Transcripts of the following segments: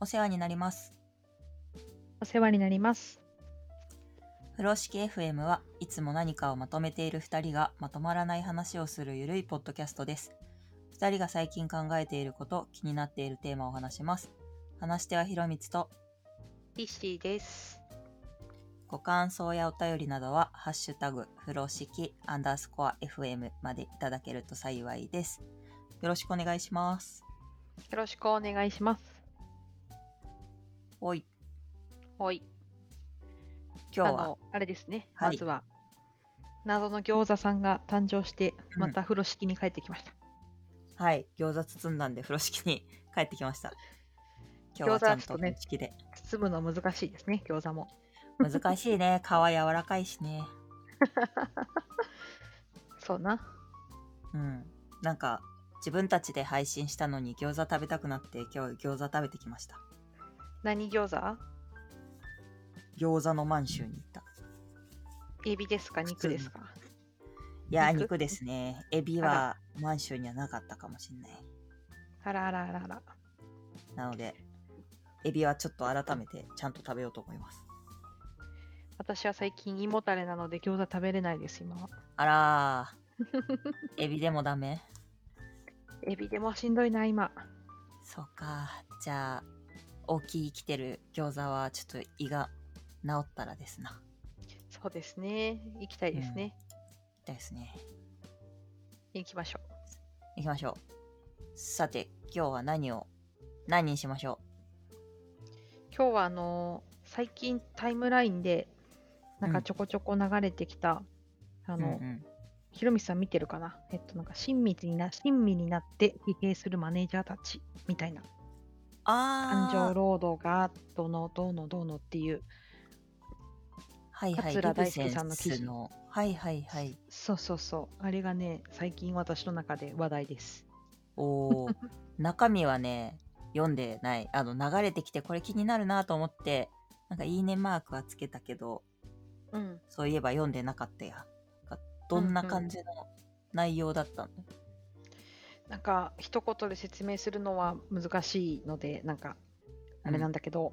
お世話になります。お世話になります。風呂敷 FM はいつも何かをまとめている2人がまとまらない話をするゆるいポッドキャストです。2人が最近考えていること、気になっているテーマを話します。話し手はひろみつと、リッシーです。ご感想やお便りなどは、ハッシュタグ、風呂敷アンダースコア FM までいただけると幸いです。よろしくお願いします。よろしくお願いします。おい、はい。今日あはの、あれですね。はいまずは、謎の餃子さんが誕生して、うんまた風呂敷に帰ってきました。はい、餃子包んだんで風呂敷に帰ってきました。今日はちゃんと風呂敷で。包むの難しいですね、餃子も。難しいね。 皮柔らかいしね。そうな。うん。なんか、自分たちで配信したのに餃子食べたくなって、今日餃子食べてきました。何餃子餃子の満州に行った。エビですか肉ですかいやー、肉肉ですね。エビは満州にはなかったかもしれない。あらあらあらあら。なので、エビはちょっと改めてちゃんと食べようと思います。私は最近胃もたれなので餃子食べれないです、今は。あらー、エビでもダメエビでもしんどいな、今。そうか。じゃあ、大きい生きてる餃子はちょっと胃が治ったらですな。そうですね。行きたいですね。ですね。行きましょう。行きましょう。さて、今日は何を、何にしましょ今日はあのー最近タイムラインでなんうかんちょこちょこ流れてきた、あうの、うんうんひろみさん見てるかなえっとなんか親密にな親身になって疲弊するマネージャーたちみたいなあ感ー情労働がどのどうのどうのっていうはいはい、桂リブ大輔さんの記事センスのはいはいはい。そうそうそうあれがね最近私の中で話題ですおー 中身はね、読んでない。あの、流れてきてこれ気になるなと思って、なんかいいねマークはつけたけど、うんそういえば読んでなかったや。なんかどんな感じの内容だったの、なんか一言で説明するのは難しいのでなんかあれなんだけうど、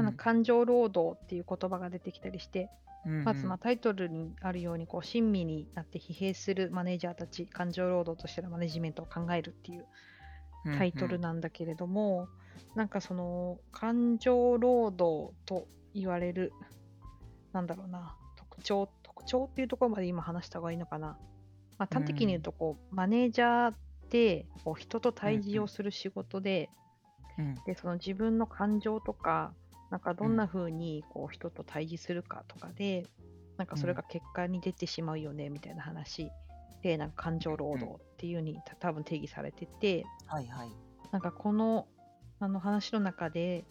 んなんか感情労働っていう言葉が出てきたりして、うんうんまずまあタイトルにあるようにこう親身になって疲弊するマネージャーたち感情労働としてのマネジメントを考えるっていうタイトルうんうんなんだけれども、なんかその感情労働と言われるなんだろうな特徴特徴っていうところまで今話した方がいいのかな、まあ、端的に言うとこう、マネージャーってこう人と対うんう峙んをする仕事で,、うんでその自分の感情とかなんかどんな風にこう人と対峙するかとかでなんかそれが結果に出てしまうよねみたいな話でなんか感情労働っていうふうにた多分定義されてて、はいはい。なんかこのあの話の中で、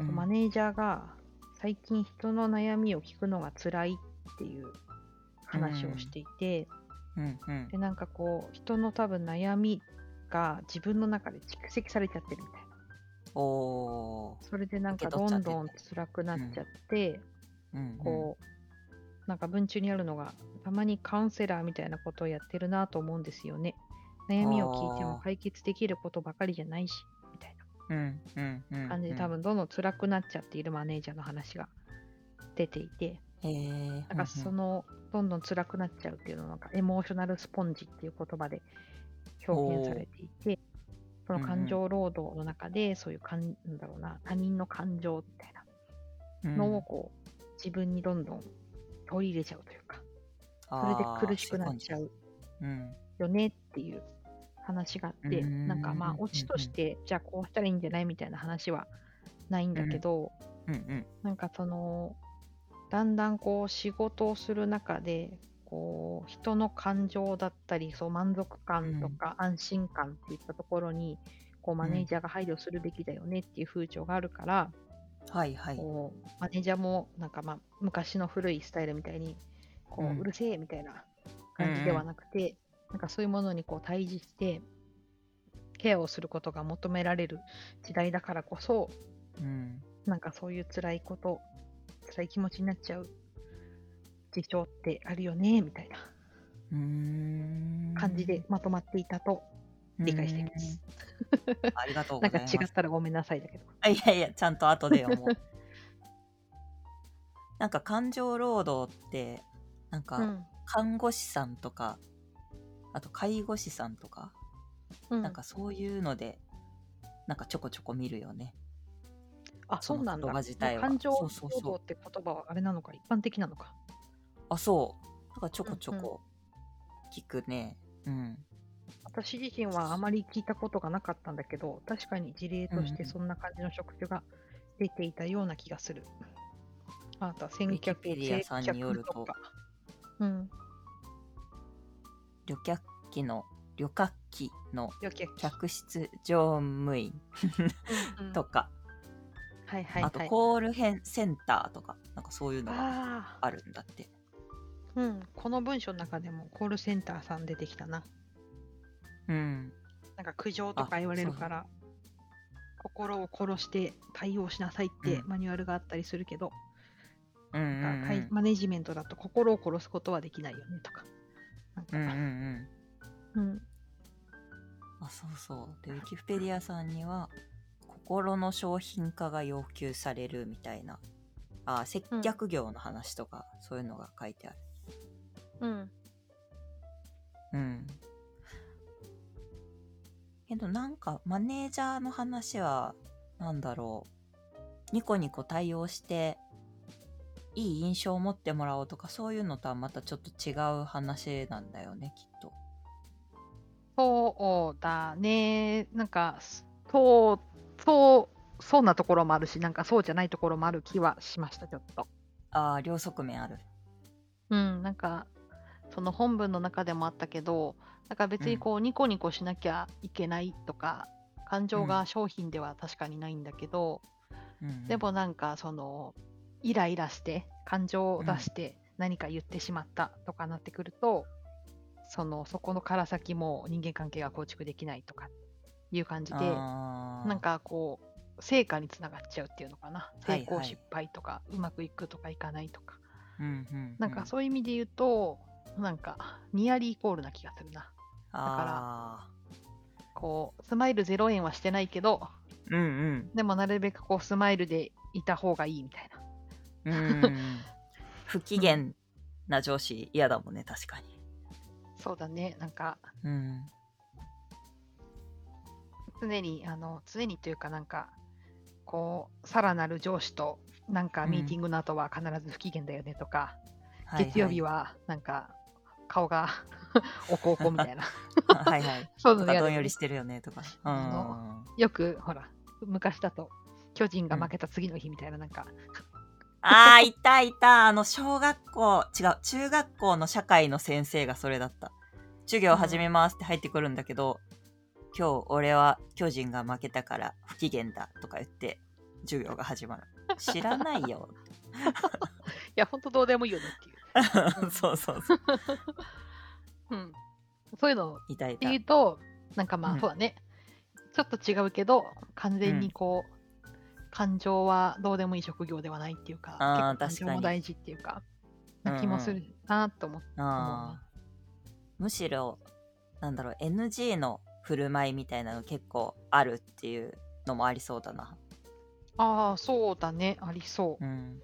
うんマネージャーが最近人の悩みを聞くのが辛いっていう話をしていて、うんうんでなんかこう人の多分悩みが自分の中で蓄積されちゃってるみたいなおーそれでなんか受け取っちゃどっんてどん辛くなっちゃって、うんうんこうなんか文中にあるのがたまにカウンセラーみたいなことをやってるなと思うんですよね悩みを聞いてあもー解決できることばかりじゃないしみたいなうんうんうんうん感じで多分どんどん辛くなっちゃっているマネージャーの話が出ていてへえなんかそのどんどん辛くなっちゃうっていうのをなんかエモーショナルスポンジっていう言葉で表現されていてその感情労働の中でそういうかんなんだろうな他人の感情みたいなのをこう自分にどんどん取り入れちゃうというかそれで苦しくなっちゃううんよねっていう話があって、うんなんかまあオチとしてじゃあこうしたらいいんじゃないみたいな話はないんだけど、うんうんなんかそのだんだんこう仕事をする中でこう人の感情だったりそう満足感とか安心感っていったところに、こうマネージャーが配慮するべきだよねっていう風潮があるから、はいはいこうマネージャーもなんかまあ昔の古いスタイルみたいにこう,、ううんるせえみたいな感じではなくて、なんかそういうものにこう対峙してケアをすることが求められる時代だからこそうんなんかそういう辛いこと、辛い気持ちになっちゃう事情ってあるよね、みたいなうーん感じでまとまっていたと理解しています。うん。ありがとうなごんかざい違まっす。たらごめんなさいだけど。あいやいや、ちゃんと後でよ、もう。なんか感情労働って、なんうかん看護師さんとか、あと介護士さんとか、なんかそういうので、なんかちょこちょこ見るよね。あそそのうなんだ。言葉自体は感情そ労うそうそう働って言葉はあれなのか一般的なのか。あ、そう。なんかちょこちょこ聞くね。うん。私自身はあまり聞いたことがなかったんだけど、確かに事例としうんうてんそんな感じの職種が出ていたような気がする。あなた、ィ先キ客ペディアさんによると。先客かうん、旅客機の、旅客機の旅客。客室乗務員うんうんとか、はいはいはい。あとコール編センターとか、なんかそういうのがああ、あるんだって。うん。この文章の中でもコールセンターさん出てきたな。うん。なんか苦情とか言われるから、心を殺して対応しなさいってうんマニュアルがあったりするけど、うんうんなんか対マネジメントだと心を殺すことはできないよねとか。なんうん。うんうんうかん。うんあ、そうそう。で、ウィキペディアさんには、心の商品化が要求されるみたいな、あ、接客業の話とか、そういうのが書いてある。うんうん。けどなんかマネージャーの話はなんだろうニコニコ対応していい印象を持ってもらおうとかそういうのとはまたちょっと違う話なんだよねきっと。そうだね。なんか、そう、そう、そうなところもあるし、なんかそうじゃないところもある気はしました、ちょっと。ああ両側面ある。うん、なんか、その本文の中でもあったけど、なんか別にこう、ニコニコしなきゃいけないとか、感情うが商品では確かにないんだけど、うんうんでもなんか、その、イライラして、感情を出して何か言ってしまったとかなってくると、その、そこのから先も人間関係が構築できないとかいう感じで、あーなんかこう成果につながっちゃうっていうのかなは成い功はい失敗とか、うまくいくとかいかないとかうんうんうんなんかそういう意味で言うと、なんかニアリーイコールな気がするなあこうスマイル0円はしてないけどーうんでもなるべくこうスマイルでいた方がいいみたいなうんうんうん 不機嫌な上司嫌だもんね確かに。そうだねなんかうん常にあの常にというかなんかこうさらなる上司となんかうんミーティングの後は必ず不機嫌だよねとか、はいはい月曜日はなんか顔が おこおこみた いな はいはい。そうとだかねどんよりしてるよねとか。うあん。よくほら昔だと巨人が負けた次の日みたいななんか、あーいたいたあの小学校違う中学校の社会の先生がそれだった授業始めますって入ってくるんだけど、今日俺は巨人が負けたから不機嫌だとか言って授業が始まる知らないよいやほんとどうでもいいよねってい うそうそうそうう、うん、そういうのっいたいてたいうとなんかまうあんそうだね、ちょっと違うけど完全にこう、感情はどうでもいい職業ではないっていうかあー結構感情確かもに大事っていうかな気もするなと思って、あーむしろなんだろう NG の振る舞いみたいなの結構あるっていうのもありそうだなああそうだねありそう、うん。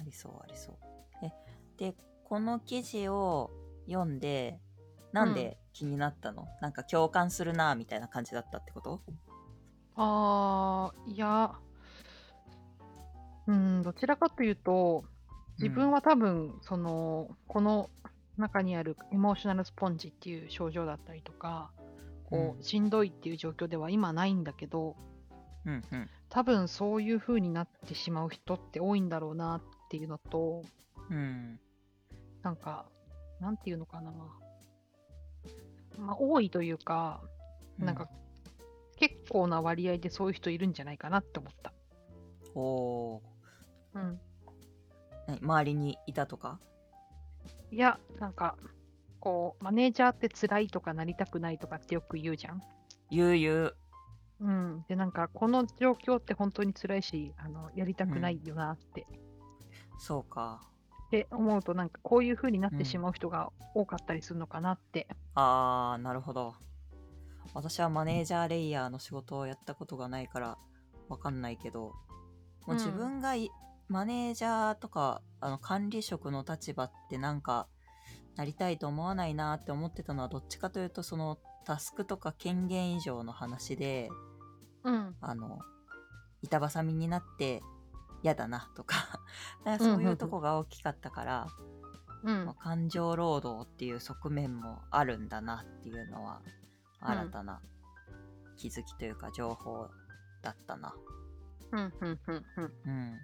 ありそうありそう。え、で、この記事を読んで、なんで気になったの、なんか共感するなぁみたいな感じだったってことああいやうんどちらかというと自分は、は多分そのこの中にあるエモーショナルスポンジっていう症状だったりとかこうんうしんどいっていう状況では今ないんだけどうん、うん多分そういう風になってしまう人って多いんだろうなっていうのとうん。うん。なんかなんていうのかなまあ多いというかなんか、結構な割合でそういう人いるんじゃないかなって思った。うん、おーうん、何周りにいたとかいやなんかこうマネージャーって辛いとかなりたくないとかってよく言うじゃん。言う言う。うん、でなんかこの状況って本当に辛いしあのやりたくないよなって、そうか。って思うと、なんかこういう風になっうてんしまう人が多かったりするのかなって。あー、なるほど。私はマネージャーレイヤーの仕事をやったことがないからわかんないけど、もう自うん分がいマネージャーとかあの管理職の立場ってなんかなりたいと思わないなって思ってたのはどっちかというとそのタスクとか権限以上の話で、うん。あの、板挟みになって嫌だなとか、 なんかそういうとこが大きかったから、うまあん。感情労働っていう側面もあるんだなっていうのはん新たな気づきというか情報だったな。うん。うん。うん。うん。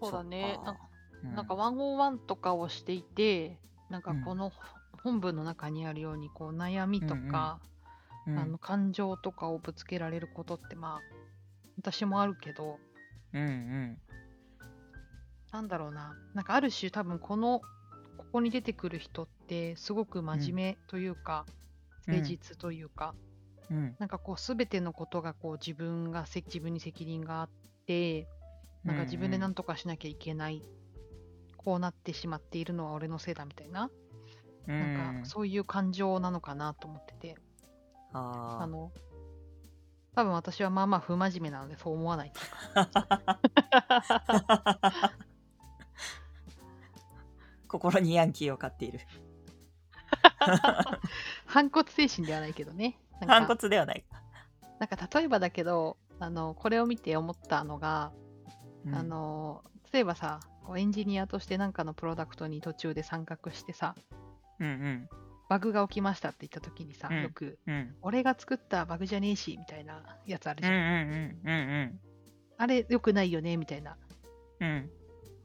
そうだねそ。っなんかかなんうかん101とかをしていて、なんかうんこの本文の中にあるように、こう悩みとか、うんあの感情とかをぶつけられることって、まあ、私もあるけど、うんうんなんだろうな、なんかある種多分この、ここに出てくる人って、すごく真面目というか、うん誠実というか、うんなんかこう、すべてのことがこう自分がせ、自分に責任があって、なんか自分で何とかしなきゃいけない、こうなってしまっているのは俺のせいだみたいな、うんなんかそういう感情なのかなと思ってて、ああーの、多分私はまあまあ不真面目なのでそう思 わないっていうか。心にヤンキーを飼っている。反骨精神ではないけどね。な反んか骨ではないか。なんか例えばだけど、あの、これを見て思ったのが、うんあの、例えばさ、こうエンジニアとしてなんかのプロダクトに途中で参画してさ、うんバグが起きましたって言った時にさ、うんよく、うんうん俺が作ったバグじゃねえし、みたいなやつあるうじゃんん。うんうんうんあれ良くないよね、みたいな。うんうん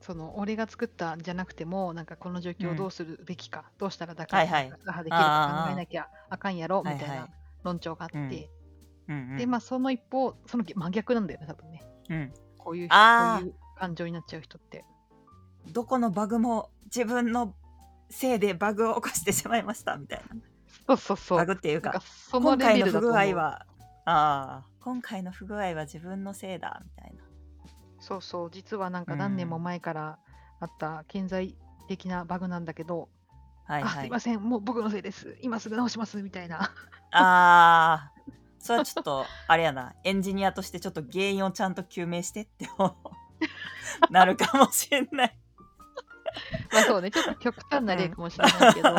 その俺が作ったんじゃなくてもなんかこの状況をどうするべきか、どうしたらだはかいはい打破できるか考えなきゃあかんやろみはたいいはいな論調があって、うんうんでまあその一方その真逆なんだよね多分ねうんこういうこあーういう感情になっちゃう人ってどこのバグも自分のせいでバグを起こしてしまいましたみたいな。そうそうそうバグっていうなんかかそ今のレ回ベのル不だと思具う合はああ今回の不具合は自分のせいだみたいなそうそう実はなんかうん何年も前からあった顕在的なバグなんだけど、はいあはすいいませんもう僕のせいです今すぐ直しますみたいなああそれはちょっとあれやなエンジニアとしてちょっと原因をちゃんと究明してって思うなるかもしれないまあそうねちょっと極端な例かもしれな いけど、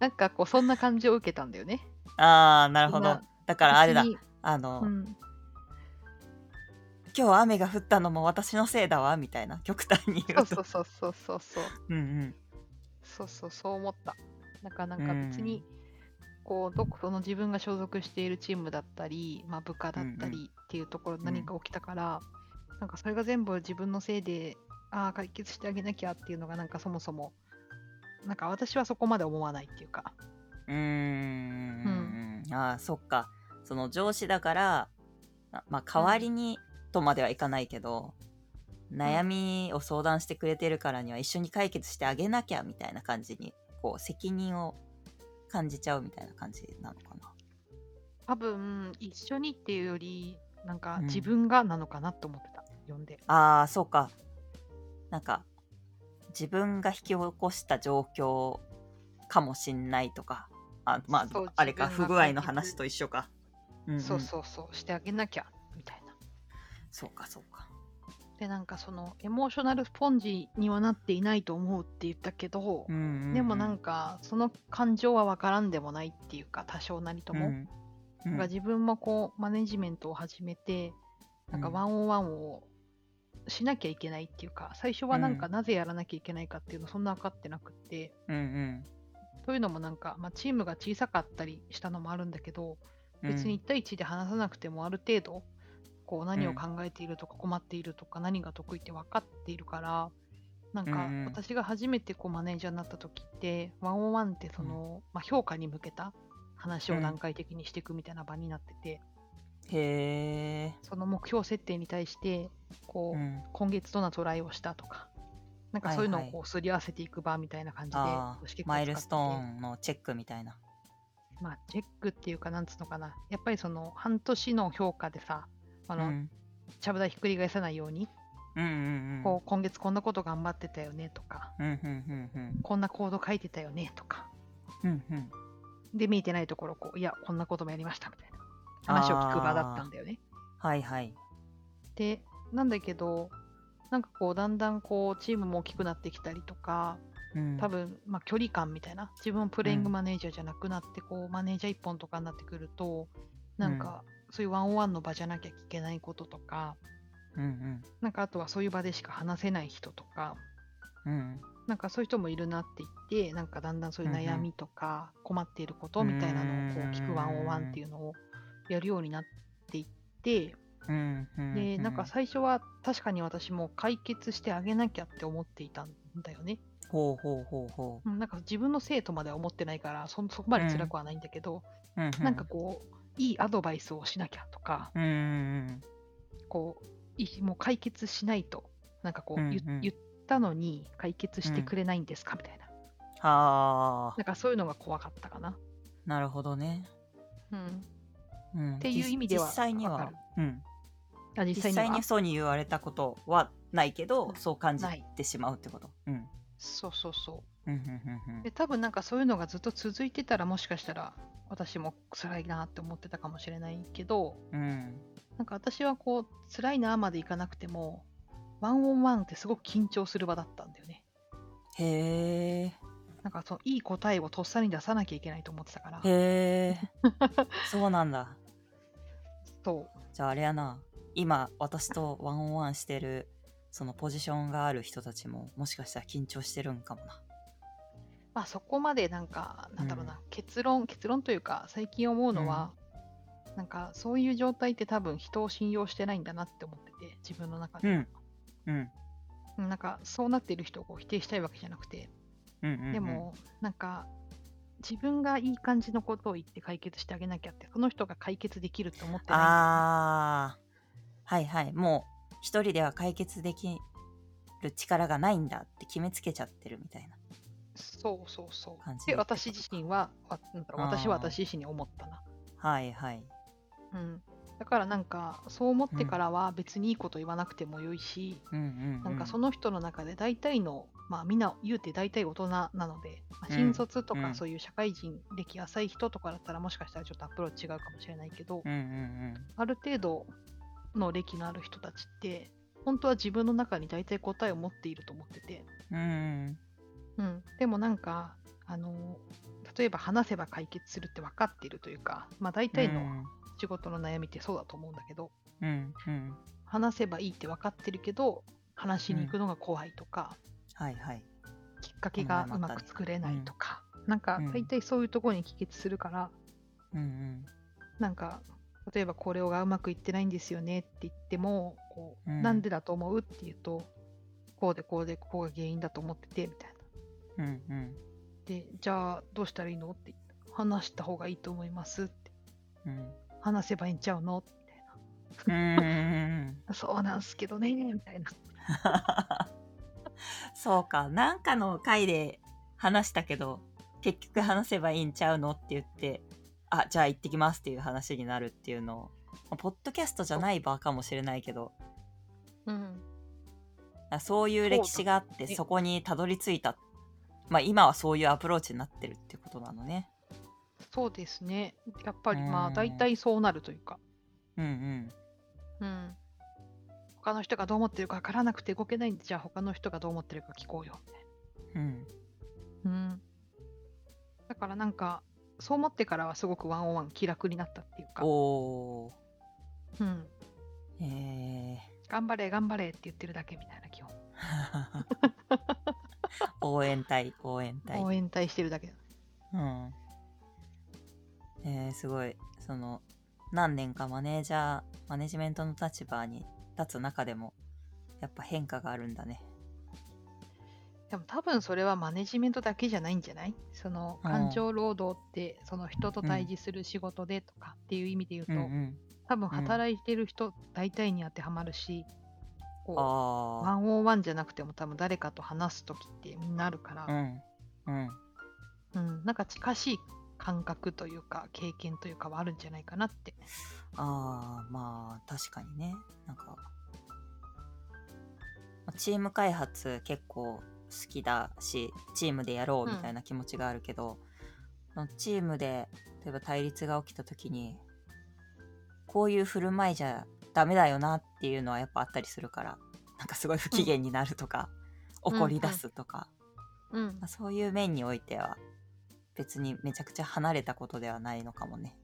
なんかこうそんな感じを受けたんだよねああなるほど今だからあれだ別にあの、うん、今日雨が降ったのも私のせいだわみたいな極端に言そううとそうそうそうそうそううんうんそうそうそう思ったなんかなんか別にこうどこの自分が所属しているチームだったり、まあ、部下だったうんりっていうところで何か起きたから、なんかそれが全部自分のせいでああ解決してあげなきゃっていうのがなんかそもそもなんか私はそこまで思わないっていうかうーん、ああそっかその上司だからあまあ代わりにとまではいかないけど、悩みを相談してくれてるからには一緒に解決してあげなきゃみたいな感じにこう責任を感じちゃうみたいな感じなのかな。多分一緒にっていうよりなんかうん自分がなのかなと思ってた、読んでああそうかなんか自分が引き起こした状況かもしんないとかあまあそうあれか自分不が具合の解決話と一緒か。うんうんそうそうそうしてあげなきゃみたいな。そうかそうか。でなんかそのエモーショナルスポンジにはなっていないと思うって言ったけど、うんうんうんでもなんかその感情は分からんでもないっていうか多少なりとも、うんなんか自分もこうマネジメントを始めてなんかうんワンオンワンをしなきゃいけないっていうか最初はなんかうなぜやらなきゃいけないかっていうのそんな分かってなくって、うんうんというのもなんか、まあ、チームが小さかったりしたのもあるんだけどうん別に1対1で話さなくてもある程度こう何を考えているとか困っているとか何が得意って分かっているからなんかうんうん私が初めてこうマネージャーになった時ってワンオンワンってその、まあ、評価に向けた話うをん段階的にしていくみたいな場になっててへえ、その目標設定に対してこうう、ん、今月どんなトライをしたとかなんかはいそういうのをはいこうすり合わせていく場みたいな感じであ私ー結構マイ使ルってスてトーンのチェックみたいなまあ、チェックっていうか、なんつうのかな、やっぱりその半年の評価でさ、あうの、んちゃぶ台ひっくり返さないように、うんうんうんこう今月こんなこと頑張ってたよねとかうんうんうんうんこんな行動書いてたよねとかうんうんで見えてないところこういやこんなこともやりましたみたいな話を聞く場だったんだよね。はいはいでなんだけどなんかこうだんだんこうチームも大きくなってきたりとかうん多分、まあ、距離感みたいな自分もプレイングマネージャーじゃなくなって、こうマネージャー一本とかになってくるとなんか、そういうワンオンワンの場じゃなきゃいけないこととかうんなんかあとはそういう場でしか話せない人とかうんうんなんかそういう人もいるなって言ってなんかだんだんそういううんうん悩みとか困っていることみたいなのをこう聞くワンオンワンっていうのをやるようになっていってうんうんでなんか最初は確かに私も解決してあげなきゃって思っていたんだよね。ほうほうほうほうんなんか自分のせいとまでは思ってないからそそこまで辛くはないんだけど、ううなんかこういいアドバイスをしなきゃとかうんうんこういもう解決しないとなんかこう、うんうんゆ言ったのに解決してくれないんですかみたいなはあなんかそういうのが怖かったかな。なるほどね、うん、うん、っていう意味では実際にわかはる、うん、あ実実際に際はにそうに言われたことはないけどないそう感じないてしまうってことうんそうそうそうんうんうんううんで多分なんかそういうのがずっと続いてたらもしかしたら私も辛いなって思ってたかもしれないけどうんなんか私はこう辛いなまでいかなくてもワンオンワンってすごく緊張する場だったんだよねへえなんかそのいい答えをとっさに出さなきゃいけないと思ってたからへえそうなんだそうじゃああれやな今私とワンオンワンしてるそのポジションがある人たちももしかしたら緊張してるんかもなまあそこまでなんかなんだろうな、うん結論結論というか最近思うのは、なんかそういう状態って多分人を信用してないんだなって思ってて自分の中で、うんうんうんなんかそうなっている人をこう否定したいわけじゃなくてうんうんうんでも、なんか自分がいい感じのことを言って解決してあげなきゃってその人が解決できると思ってないんだあーはいはいもう一人では解決できる力がないんだって決めつけちゃってるみたいなそうそうそう感じで私自身はわなんだろうあー私は私自身に思ったなはいはいうんだからなんかそう思ってからは別にいいこと言わなくてもよいし、うんうん、うん、なんかそのの人の中で大体の、まあみんな言うて大体大人なので、まあうん新卒とうかんそういう社会人歴浅い人とかだったらもしかしたらちょっとアプローチ違うかもしれないけど、うんうんある程度の歴のある人たちって本当は自分の中に大体答えを持っていると思ってて、うんうんうん、でもなんかあの例えば話せば解決するって分かっているというか、まあ、大体うのん仕事の悩みってそうだと思うんだけど、うんうん話せばいいって分かってるけど話しに行くのが怖いとか、はいはいきっかけがうまく作れないとか、なんかうん大体そういうところに帰結するから、うんなんか例えばこれがうまくいってないんですよねって言ってもこう、うんなんでだと思うって言うとこうでこうでここが原因だと思っててみたいなうんうんうんでじゃあどうしたらいいのって話した方がいいと思いますってうん話せばいいんちゃうのみたいうんうんうんうんなそうなんすけどねみたいなそうかなんかの回で話したけど結局話せばいいんちゃうのって言ってあじゃあ行ってきますっていう話になるっていうのをまあポッドキャストじゃない場かもしれないけどうんあそういう歴史があってそうだねそこにたどり着いた、まあ、今はそういうアプローチになってるっていうことなのね。そうですねやっぱりまあうん大体そうなるというかうんうんうん。他の人がどう思ってるか分からなくて動けないんで、じゃあ他の人がどう思ってるか聞こうよ。みたいうんなうん。だからなんか、そう思ってからはすごくワンオンワン気楽になったっていうか、おーうん。えー、頑張れ、頑張れって言ってるだけみたいな基本。応援隊応援隊。応援隊してるだけだ。うん。えー、すごい。その、何年かマネージャー、マネジメントの立場に立つ中でも、やっぱ変化があるんだね。でも多分それはマネジメントだけじゃないんじゃないそのうん感情労働って、その人と対峙する仕事でとかっていう意味で言うと、ん。多分働いてる人大体に当てはまるし、こうワあンオンワンじゃなくても多分誰かと話す時ってみんなあるかあ。うら、ん。うん。うんなんか近しい感覚というか経験というかはあるんじゃないかなってああ、まあ、確かにね。なんか、チーム開発結構好きだしチームでやろうみたいな気持ちがあるけど、そのチームで例えば対立が起きた時にこういう振る舞いじゃダメだよなっていうのはやっぱあったりするからなんかすごい不機嫌になるとか、ん怒り出すとか、うんまあ、そういう面においては別にめちゃくちゃ離れたことではないのかもね。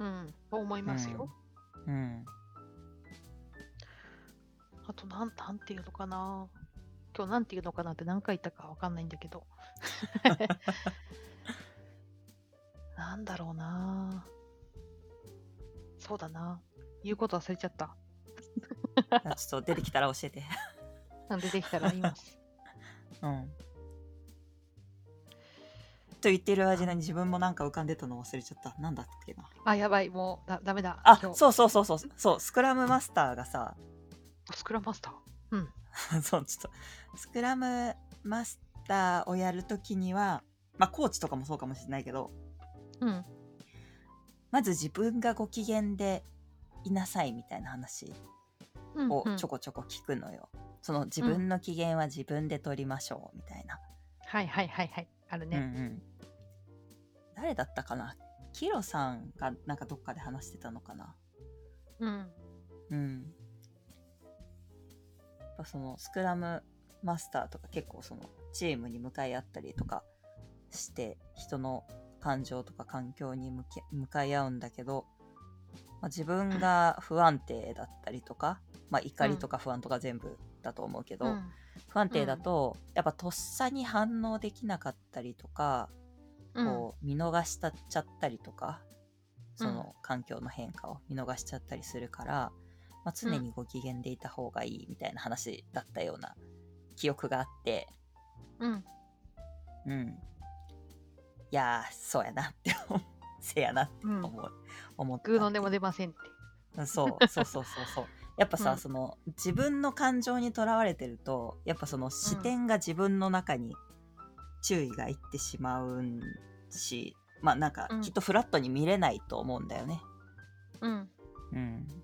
うん、と思いますよ。うん、あとなん、なんていうのかな。今日なんていうのかなって何回言ったかわかんないんだけど。なんだろうな。そうだな。言うこと忘れちゃった。ちょっと出てきたら教えて。出てきたら言い ます。うん。と言ってる間に自分もなんか浮かんでたの忘れちゃった。なんだっけな。あ、やばい、もうだダメだ。あ今、日そうそうそうそうそう。スクラムマスターがさ、 スクラムマスター。そうちょっとスクラムマスターをやるときには、まあコーチとかもそうかもしれないけど、うん。まず自分がご機嫌でいなさいみたいな話うんをうんちょこちょこ聞くのよ。その自分の機嫌は自分で取りましょうみたいな。はいはいはいはい。あるうんね。うん、誰だったかなキロさんがなんかどっかで話してたのかなうん。うんやっぱそのスクラムマスターとか結構そのチームに向かい合ったりとかして人の感情とか環境に向き向かい合うんだけど、まあ、自分が不安定だったりとか、まあ、怒りとか不安とか全部だと思うけど、うん不安定だとやっぱとっさに反応できなかったりとか、こう見逃しちゃったりとか、その環境の変化を見逃しちゃったりするから、まあ、常にご機嫌でいた方がいいみたいな話だったような記憶があって、うん。うん。うん。いやー、そうやなって思う、 せやなってうん。思う、思った。グーの音も出ませんって。うんそうそうそうそうそう。 やっぱさ、うんその自分の感情にとらわれてるとやっぱその視点が自分の中に注意がいってしまうんし、まあなんかうんきっとフラットに見れないと思うんだよね。うん。うん、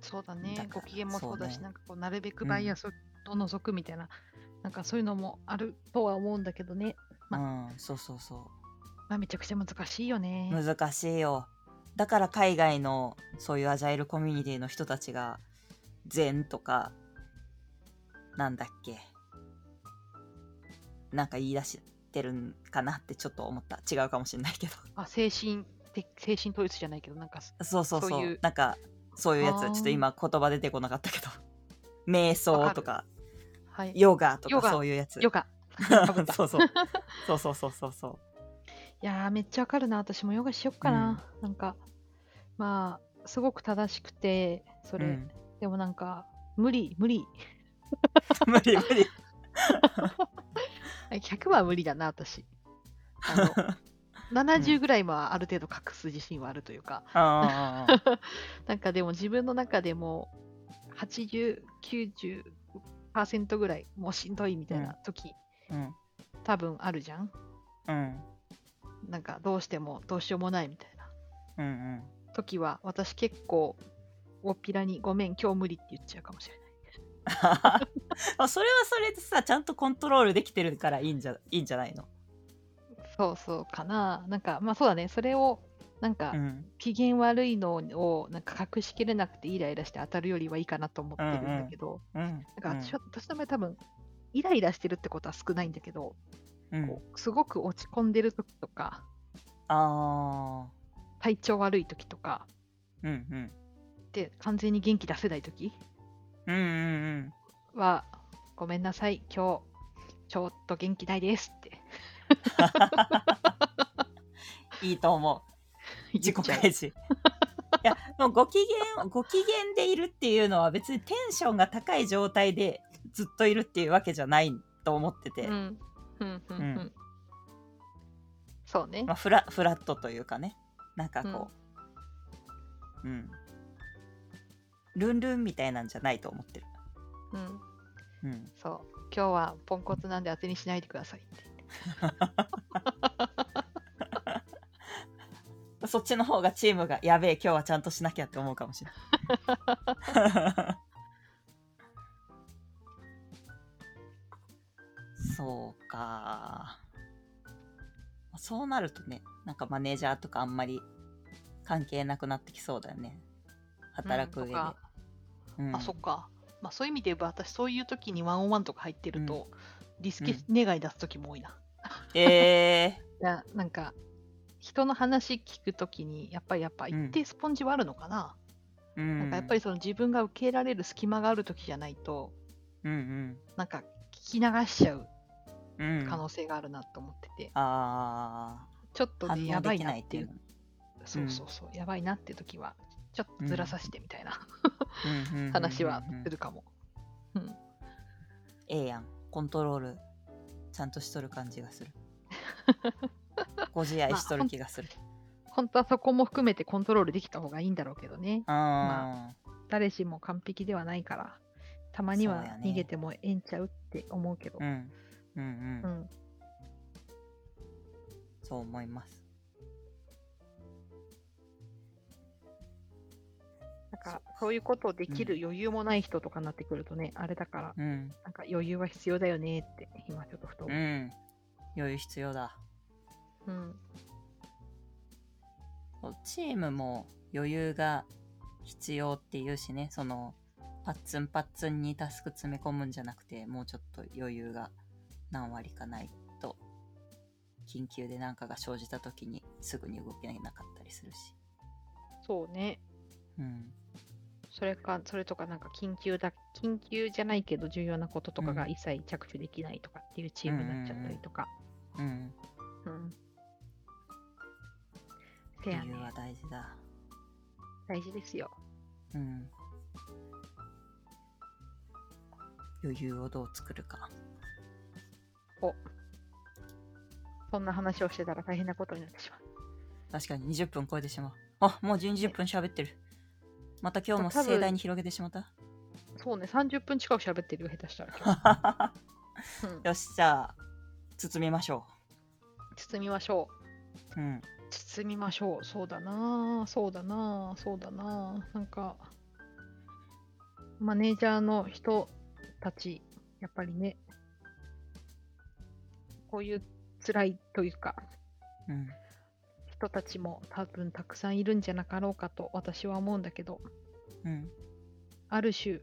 そうだだね。からご機嫌もそうだし、そうねなんかこう、なるべくバイアスを除くみたいな、なんかそういうのもあるとは思うんだけどね。うん、そうそうそまあ、めちゃくちゃ難しいよねう。。難しいよ。だから海外のそういうアジャイルコミュニティの人たちが禅とかなんだっけなんか言い出してるんかなってちょっと思った違うかもしれないけど あ、精神的、精神統一じゃないけど、なんか、そうそうそうそういうなんかそういうやつちあょーっと今言葉出てこなかったけど瞑想とかはい。ヨヨガとヨかガそういうやつ ガ。そうそうそうそうそうそうそういやー、めっちゃわかるな。私もヨガしよっかな。なんか、まあ、すごく正しくて、それ、うん でもなんか、無理、無理。無理無理100は無理だな、私。あの70ぐらいはある程度隠す自信はあるというか、あーなんかでも自分の中でも80、90%ぐらいもうしんどいみたいな時、うん多分あるじゃんうんなんかどうしてもどうしようもないみたいなうんうん時は私結構大っぴらにごめん今日無理って言っちゃうかもしれない。 あそれはそれでさちゃんとコントロールできてるからいいんじゃいいんじゃないの、そうそうかななんかまあそうだねそれをなんかうん、機嫌悪いのをなんか隠しきれなくてイライラして当たるよりはいいかなと思ってるんだけど、うんなんか私は、私の場合多分、イライラしてるってことは少ないんだけど、うんうんこうすごく落ち込んでる時とか、あ体調悪い時とか、ーうんうんで、完全に元気出せない時うんうんうん は、ごめんなさい、今日、ちょっと元気ないですっていいと思う 自言己っちゃう開示いやもうご機嫌ご機嫌でいるっていうのは別にテンションが高い状態でずっといるっていうわけじゃないと思ってて、うん。うん、うん、う。うんそうねまあ、。フラフラットというかねなんかこううん、ルンルンみたいなんじゃないと思ってるうん。うんそう。今日はポンコツなんで当てにしないでくださいって。そっちの方がチームがやべえ今日はちゃ んとしなきゃって思うかもしれない。そうか。そうなるとね、なんかマネージャーとかあんまり関係なくなってきそうだよね。働く上うんで。とかうんあそっか、まあ、そういう意味で言えば私そういう時にワンオンワンとか入ってると、リスケう願い出す時も多いな、えいやなんか人の話聞く時にやっぱりやっぱ一定スポンジはあるのかな、ー、うなんん。かやっぱりその自分が受け入れられる隙間がある時じゃないとうんなんか聞き流しちゃううん。うん。可能性があるなと思ってて、あちょっあ、と反ねや応ばでいきなないっってていいうう。そうそうそう、やばいなっていう時はちょっとずらさしてみたいな、うんうんうん話はうんうんするかも、うん、ええやん。コントロール、ちゃんとしとる感じが する。ご自愛しとる気がする。本当はそこも含めてコントロールできた方がいいんだろうけどね。ああ、誰しも完璧ではないから、たまにそうやはね逃げてもええんちゃうって思うけど。うん。うんうん。うん。そう思います。だから、そういうことできる余裕もない人とかになってくるとね、あれだから、うん。なんか余裕は必要だよねって、今ちょっとふとう思う。ん。余裕必要だ。うん。そうチームも余裕が必要っていうしね、その、パッツンパッツンにタスク詰め込むんじゃなくて、もうちょっと余裕が何割かないと、緊急で何かが生じた時にすぐに動けなかったりするし。そうね。うん。それか、それとかなんか緊急だ、緊急じゃないけど重要なこととかうがん一切着手できないとかっていうチームになっちゃったりとか。うん。うん。せや余ね裕。は大事だ。大事ですよ。うん。余裕をどう作るか。そんな話をしてたら大変なことになってしまう。確かに20分超えてしまう。あ、もう20分喋ってる。また今日も盛大に広げてしまった。そうね、30分近く喋ってるよ、下手したら。 うんよし、じゃあ、包みましょ包みましょう。うん。う。包みましょう。そうだなあそうだなあそうだなあなんか、マネージャーの人たち、やっぱりね、こういう辛いというか、うん。人たちも多分たくさんいるんじゃなかろうかと私は思うんだけど、うん。ある種、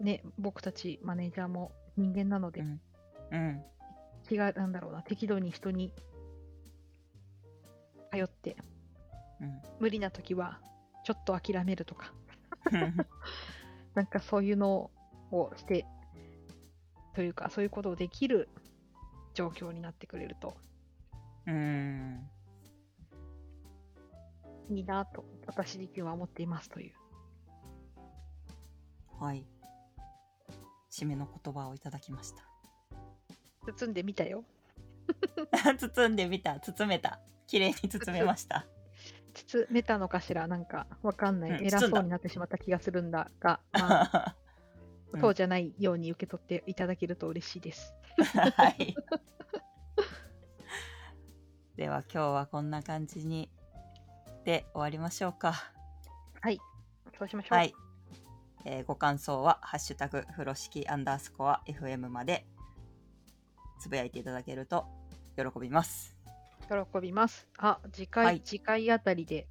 ね、僕たちマネージャーも人間なので、うん。気が、なんだろうな、適度に人に通って、うん。無理な時はちょっと諦めるとか、なんかそういうのをして、というか、そういうことをできる状況になってくれると うん。いいなと、私自身は思っていますという。はい。締めの言葉をいただきました。包んでみたよ。包んでみた。 包めた。綺麗に包めました。包めたのかしら、なんかわかんなうんい。偉そ包んだうになってしまった気がするんだが、 まあうん そうじゃないように受け取っていただけると嬉しいです。 はい。では今日はこんな感じにで終わりましょうか。はい。そうしましょう。はい。えーご感想は、ハッシュタグ、風呂敷アンダースコア FM まで、つぶやいていただけると喜びます。喜びます。あ、次回、はい次回あたりで、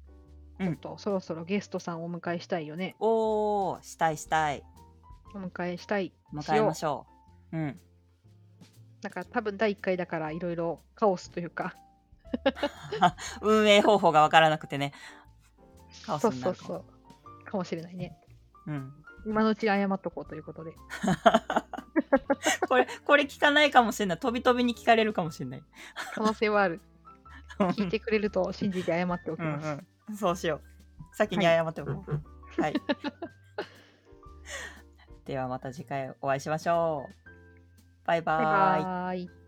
うちんょっとそろそろゲストさんをお迎えしたいよね。おー、したいしたい。お迎えしたい。迎えましよしょう。うん。うなんか多分第1回だからいろいろカオスというか、運営方法がわからなくてね。カオスそうになそうるかもそう。かもしれないね。うん。今のうちに謝っとこうということで。これ、 これ聞かないかもしれない。飛び飛びに聞かれるかもしれない。可能性は ある。聞いてくれると信じて謝っておきうんます。うん、そうしよう。先に謝っておこう。はい。ではまた次回お会いしましょう。バイババイバイバーイバーイ。